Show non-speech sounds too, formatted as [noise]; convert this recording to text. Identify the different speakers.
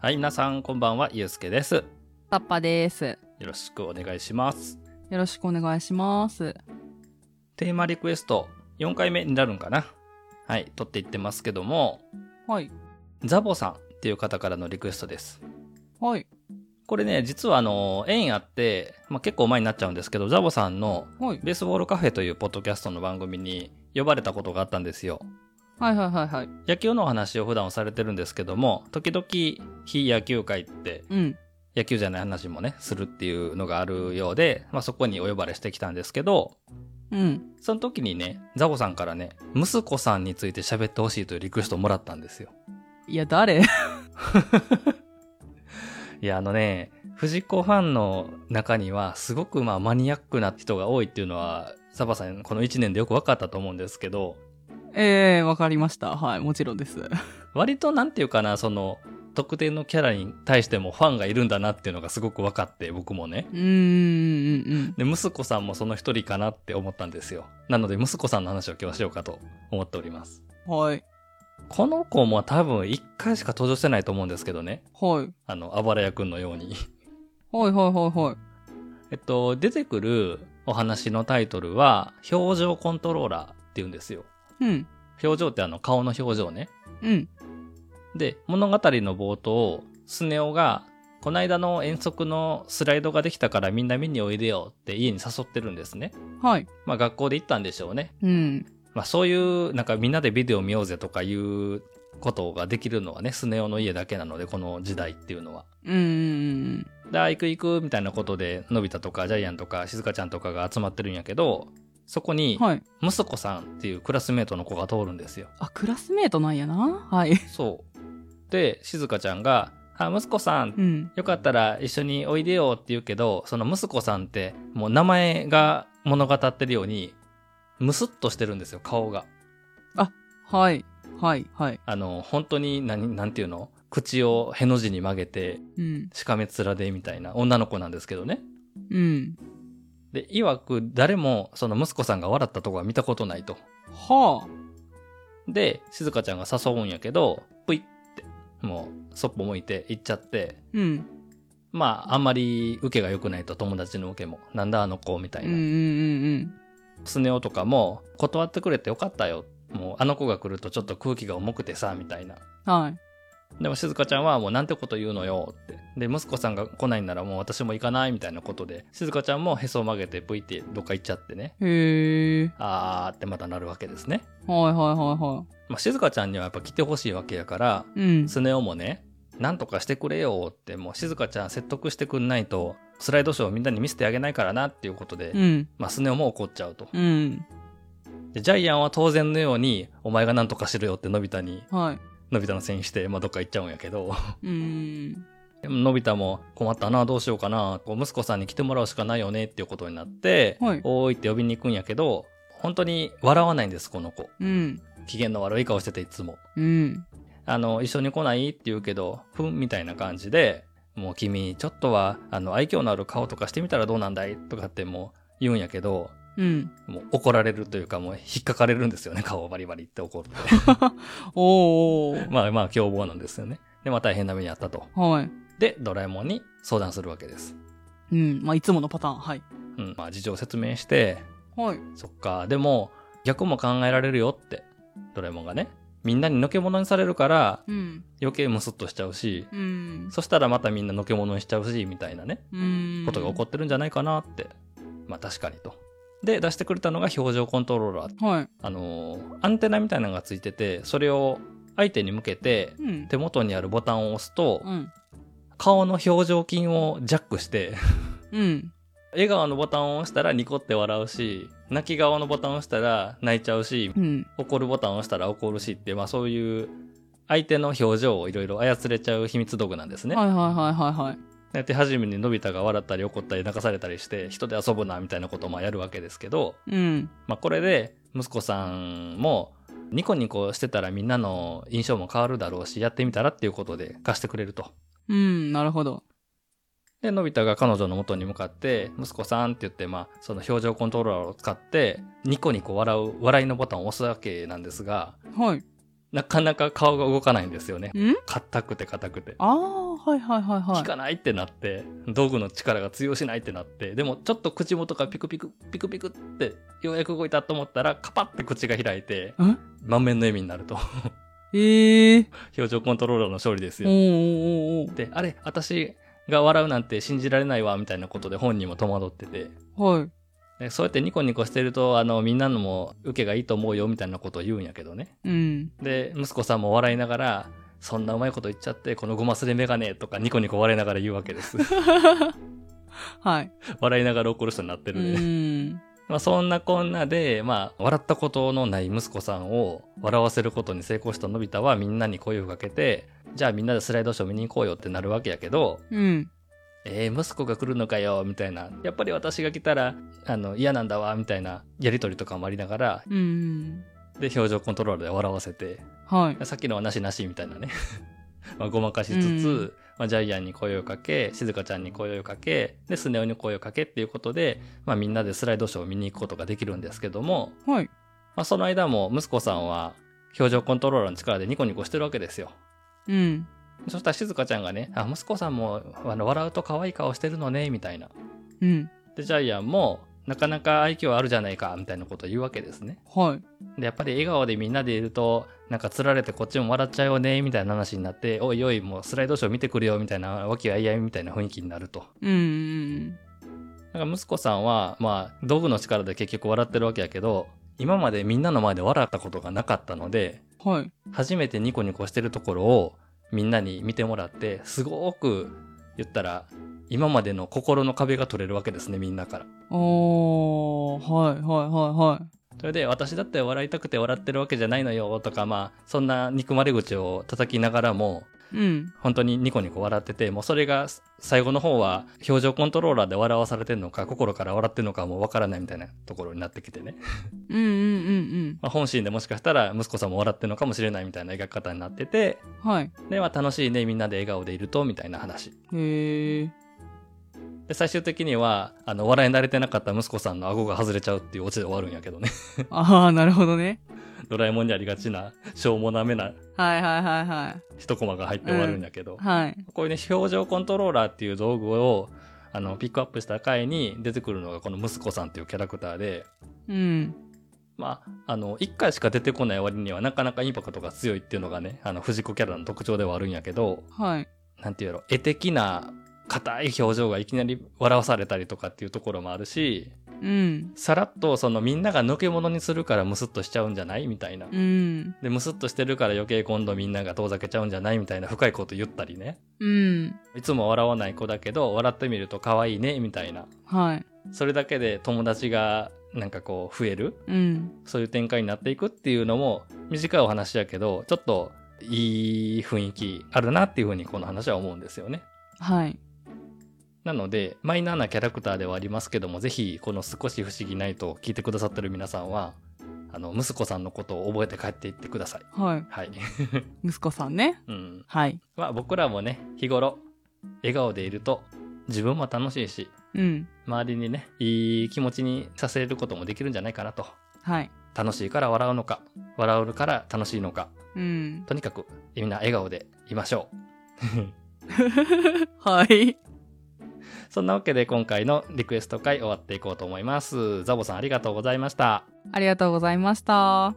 Speaker 1: はい、皆さん、こんばんは、ゆうすけです。よ
Speaker 2: パパです。
Speaker 1: ろしくお願いします。
Speaker 2: よろしくお願いします。
Speaker 1: テーマリクエスト、4回目になるんかなはい、撮っていってますけども、
Speaker 2: はい。
Speaker 1: ザボさんっていう方からのリクエストです。
Speaker 2: はい。
Speaker 1: これね、実はあの、縁あって、まあ、結構前になっちゃうんですけど、ザボさんの
Speaker 2: はい。
Speaker 1: ベースボールカフェというポッドキャストの番組に呼ばれたことがあったんですよ。
Speaker 2: はいはいはいはい。
Speaker 1: 野球のお話を普段されてるんですけども、時々非野球界って
Speaker 2: うん。
Speaker 1: 野球じゃない話もね、するっていうのがあるようで、まあ、そこにお呼ばれしてきたんですけど、
Speaker 2: うん。
Speaker 1: その時にね、ザボさんからね、息子さんについて喋ってほしいというリクエストをもらったんですよ。
Speaker 2: いや、誰 [laughs]
Speaker 1: いや、あのね、藤子ファンの中には、すごくまあマニアックな人が多いっていうのは、ザボさん、この1年でよく分かったと思うんですけど、
Speaker 2: ええー、わかりました。はい。もちろんです。
Speaker 1: 割となんていうかな、その、特定のキャラに対してもファンがいるんだなっていうのがすごく分かって、僕もね。
Speaker 2: うーん。うんうん。
Speaker 1: で、息子さんもその一人かなって思ったんですよ。なので、息子さんの話を今日はしようかと思っております。
Speaker 2: はい。
Speaker 1: この子も多分1回しか登場してないと思うんですけどね。
Speaker 2: はい。
Speaker 1: あの、あばらやくんのように。
Speaker 2: はいはいはいはい。
Speaker 1: えっと、出てくるお話のタイトルは、表情コントローラーって言うんですよ。
Speaker 2: うん。
Speaker 1: 表情ってあの、顔の表情ね。
Speaker 2: うん。
Speaker 1: で、物語の冒頭、スネ夫が、こないだの遠足のスライドができたからみんな見においでよって家に誘ってるんですね。
Speaker 2: はい。
Speaker 1: まあ学校で行ったんでしょうね。
Speaker 2: うん。
Speaker 1: まあそういう、なんかみんなでビデオ見ようぜとかいうことができるのはね、スネ夫の家だけなので、この時代っていうのは。
Speaker 2: うんうん
Speaker 1: で、あ行く行くみたいなことで、のび太とかジャイアンとか静香ちゃんとかが集まってるんやけど、そこ
Speaker 2: う
Speaker 1: に
Speaker 2: ん。、はい。
Speaker 1: 息子さんっていうクラスメートの子が通るんですよ。
Speaker 2: あ、クラスメートなんやな。はい。
Speaker 1: そう。で、静香ちゃんが、あ、息子さん、
Speaker 2: うん。
Speaker 1: よかったら一緒においでよって言うけど、その息子さんって、もう名前が物語ってるように、ムスッとしてるんですよ、顔が。
Speaker 2: はい。はい。はい。
Speaker 1: あの、本当に、何、なんていうの口をへの字に曲げて、
Speaker 2: うん。
Speaker 1: しかめ面でみたいな女の子なんですけどね。
Speaker 2: うん。
Speaker 1: で、曰く誰もその息子さんが笑ったとこは見たことないと。
Speaker 2: は
Speaker 1: で、静香ちゃんが誘うんやけど、ぷいって、もう、そっぽ向いて行っちゃって、
Speaker 2: あ。うん。
Speaker 1: まあ、あんまり受けが良くないと友達の受けも、なんだあの子みた
Speaker 2: うん
Speaker 1: い
Speaker 2: うん
Speaker 1: な。
Speaker 2: うん
Speaker 1: スネ夫とかも、断ってくれてよかったよ。もう、あの子が来るとちょっと空気が重くてさ、みたいな。
Speaker 2: うん。はい。
Speaker 1: でも静香ちゃんはもうなんてこと言うのよって。で、息子さんが来ないならもう私も行かないみたいなことで、静香ちゃんもへそを曲げてぷいってどっか行っちゃってね。
Speaker 2: へえ。
Speaker 1: あーってまたなるわけですね。
Speaker 2: はいはいはいは
Speaker 1: まあ、静香ちゃんにはやっぱ来てほしいわけやから、
Speaker 2: い。うん。
Speaker 1: スネ夫もね、なんとかしてくれよって、もう静香ちゃん説得してくんないと、スライドショーをみんなに見せてあげないからなっていうことで、
Speaker 2: うん。
Speaker 1: まあ、スネ夫も怒っちゃうと。
Speaker 2: うん。
Speaker 1: で、ジャイアンは当然のように、お前がなんとかしろよってのび太に、
Speaker 2: はい。
Speaker 1: のび太のせいにして、まあ、どっか行っちゃうんやけど、 [laughs]
Speaker 2: うーん。
Speaker 1: でものび太も困ったな、どうしようかな、こう息子さんに来てもらうしかないよねっていうことになって、
Speaker 2: はい
Speaker 1: おーいって呼びに行くんやけど、本当に笑わないんです、この子。
Speaker 2: うん。
Speaker 1: 機嫌の悪い顔してて、いつも。
Speaker 2: うん。
Speaker 1: あの、一緒に来ないって言うけど、ふんみたいな感じで、もう君、ちょっとは、あの、愛嬌のある顔とかしてみたらどうなんだいとかってもう言うんやけど、
Speaker 2: うん。
Speaker 1: もう怒られるというか、もう引っかかれるんですよね、顔をバリバリって怒って。 [laughs]
Speaker 2: おー。
Speaker 1: まあまあ、凶暴なんですよね。で、まあ大変な目にあったと。
Speaker 2: はい。
Speaker 1: で、ドラえもんに相談するわけです。
Speaker 2: うん。まあ、いつものパターン。はい。
Speaker 1: うん、まあ事情を説明して、
Speaker 2: はい。
Speaker 1: そっか、でも、逆も考えられるよって、ドラえもんがね。みんなにのけ者にされるから、
Speaker 2: うん。
Speaker 1: 余計ムスッとしちゃうし、
Speaker 2: うん。
Speaker 1: そしたらまたみんなのけ者にしちゃうし、みたいなね。
Speaker 2: うん。
Speaker 1: ことが起こってるんじゃないかなって、まあ確かにと。で出してくれたのが表情コントローラー、
Speaker 2: はい。
Speaker 1: あのーアンテナみたいなのがついててそれを相手に向けて
Speaker 2: うん。
Speaker 1: 手元にあるボタンを押すと
Speaker 2: うん。
Speaker 1: 顔の表情筋をジャックして
Speaker 2: うん。
Speaker 1: 笑顔のボタンを押したらニコって笑うし泣き顔のボタンを押したら泣いちゃうし
Speaker 2: うん。
Speaker 1: 怒るボタンを押したら怒るしって、まあ、そういう相手の表情をいろいろ操れちゃう秘密道具なんですね。
Speaker 2: はいはいはいはいはい。
Speaker 1: で手始めにのび太が笑ったり怒ったり泣かされたりして人で遊ぶなみたいなことをまあやるわけですけど、
Speaker 2: うん。
Speaker 1: まあ、これで息子さんもニコニコしてたらみんなの印象も変わるだろうしやってみたらっていうことで貸してくれると。
Speaker 2: うん。なるほど。
Speaker 1: でのび太が彼女の元に向かって「息子さん」って言って、まあ、その表情コントローラーを使ってニコニコ笑う笑いのボタンを押すわけなんですが
Speaker 2: はい。
Speaker 1: なかなか顔が動かないんですよね。
Speaker 2: ん
Speaker 1: 硬くて硬くて。
Speaker 2: あー、はいはいはいは
Speaker 1: 効かないってなって道具の力が通用しないってなってでもちょっと口元がピクピクピクピクってようやく動いたと思ったらカパッて口が開いて
Speaker 2: ん
Speaker 1: 満面の笑みになると [laughs]
Speaker 2: い。ええー。
Speaker 1: 表情コントローラーの勝利です
Speaker 2: お
Speaker 1: よ。
Speaker 2: ーおーおー
Speaker 1: であれ私が笑うなんて信じられないわみたいなことで本人も戸惑ってて
Speaker 2: おー。はい。
Speaker 1: でそうやってニコニコしてるとあのみんなのも受けがいいと思うよみたいなことを言うんやけどね。
Speaker 2: うん。
Speaker 1: で息子さんも笑いながら「そんなうまいこと言っちゃってこのごますれメガネ」とかニコニコ笑いながら言うわけです [laughs]
Speaker 2: はい。
Speaker 1: 笑いながら怒る人になって
Speaker 2: う
Speaker 1: るね、
Speaker 2: ーん。
Speaker 1: まあ、そんなこんなで、まあ、笑ったことのない息子さんを笑わせることに成功したのび太はみんなに声をかけてじゃあみんなでスライドショー見に行こうよってなるわけやけど
Speaker 2: うん。
Speaker 1: 「えー、息子が来るのかよ」みたいな「やっぱり私が来たらあの嫌なんだわ」みたいなやり取りとかもありながら
Speaker 2: うん。
Speaker 1: で表情コントロールで笑わせて
Speaker 2: はい。
Speaker 1: さっきのはなしなしみたいなね。 [laughs] まあごまかしつつ、
Speaker 2: うん
Speaker 1: まあ、ジャイアンに声をかけ、静香ちゃんに声をかけ、で、スネ夫に声をかけっていうことで、まあみんなでスライドショーを見に行くことができるんですけども、
Speaker 2: はい。
Speaker 1: まあその間も息子さんは表情コントローラーの力でニコニコしてるわけですよ。
Speaker 2: うん。
Speaker 1: そしたら静香ちゃんがね、あ、息子さんもあの笑うと可愛い顔してるのね、みたいな。
Speaker 2: うん。
Speaker 1: で、ジャイアンも、なかなか愛嬌あるじゃないか、みたいなことを言うわけですね。
Speaker 2: はい。
Speaker 1: でやっぱり笑顔でみんなでいるとなんかつられてこっちも笑っちゃうよねみたいな話になっておいおいもうスライドショー見てくるよみたいな和気あいあいみたいな雰囲気になると
Speaker 2: うん。
Speaker 1: だから息子さんはまあ道具の力で結局笑ってるわけやけど今までみんなの前で笑ったことがなかったので
Speaker 2: はい。
Speaker 1: 初めてニコニコしてるところをみんなに見てもらってすごく言ったら今までの心の壁が取れるわけですねみんなから
Speaker 2: おー。はいはいは
Speaker 1: それで私だって笑いたくて笑ってるわけじゃないのよとかまあそんな憎まれ口を叩きながらも
Speaker 2: いはい。うん。
Speaker 1: 本当にニコニコ笑っててもうそれが最後の方は表情コントローラーで笑わされてるのか心から笑ってるのかもうわからないみたいなところになってきてね、
Speaker 2: うんうんうん
Speaker 1: まあ、本心でもしかしたら息子さんも笑ってるのかもしれないみたいな描き方になってて
Speaker 2: うん。はい。
Speaker 1: で、まあ、楽しいねみんなで笑顔でいるとみたいな話
Speaker 2: へえ。
Speaker 1: で最終的にはあの笑い慣れてなかった息子さんの顎が外れちゃうっていうオチで終わるんやけどね [laughs]
Speaker 2: ああ、なるほどね。
Speaker 1: ドラえもんにありがちなしょうもなめな
Speaker 2: はいはいはいはい。
Speaker 1: 一コマが入って終わるんやけど、
Speaker 2: はい。
Speaker 1: こういうね、表情コントローラーっていう道具を、あの、ピックアップした回に出てくるのがこの息子さんっていうキャラクターで、
Speaker 2: うん。
Speaker 1: まあ、あの、1回しか出てこない割にはなかなかインパクトが強いっていうのがね、あの、藤子キャラの特徴ではあるんやけど、
Speaker 2: はい。
Speaker 1: なんていうの、絵的な硬い表情がいきなり笑わされたりとかっていうところもあるし、
Speaker 2: うん。
Speaker 1: さらっとそのみんながのけ者にするからムスッとしちゃうんじゃないみたいな。
Speaker 2: うん。
Speaker 1: で、ムスッとしてるから余計今度みんなが遠ざけちゃうんじゃないみたいな深いこと言ったりね。
Speaker 2: うん。
Speaker 1: いつも笑わない子だけど笑ってみると可愛いねみたいな
Speaker 2: はい。
Speaker 1: それだけで友達がなんかこう増える
Speaker 2: うん。
Speaker 1: そういう展開になっていくっていうのも短いお話やけどちょっといい雰囲気あるなっていうふうにこの話は思うんですよね。
Speaker 2: はい。
Speaker 1: なのでマイナーなキャラクターではありますけどもぜひこの「少し不思議ない」と聞いてくださってる皆さんはあの息子さんのことを覚えて帰っていってください。
Speaker 2: はい。
Speaker 1: はい、 [laughs]
Speaker 2: 息子さんね。
Speaker 1: うん
Speaker 2: はい。
Speaker 1: まあ、僕らもね日頃笑顔でいると自分も楽しいし
Speaker 2: うん。
Speaker 1: 周りにねいい気持ちにさせることもできるんじゃないかなと
Speaker 2: はい。
Speaker 1: 楽しいから笑うのか笑うから楽しいのか
Speaker 2: うん。
Speaker 1: とにかくみんな笑顔でいましょう
Speaker 2: はい。
Speaker 1: そんなわけで今回のリクエスト回終わっていこうと思いますザボさんありがとうございました
Speaker 2: ありがとうございました。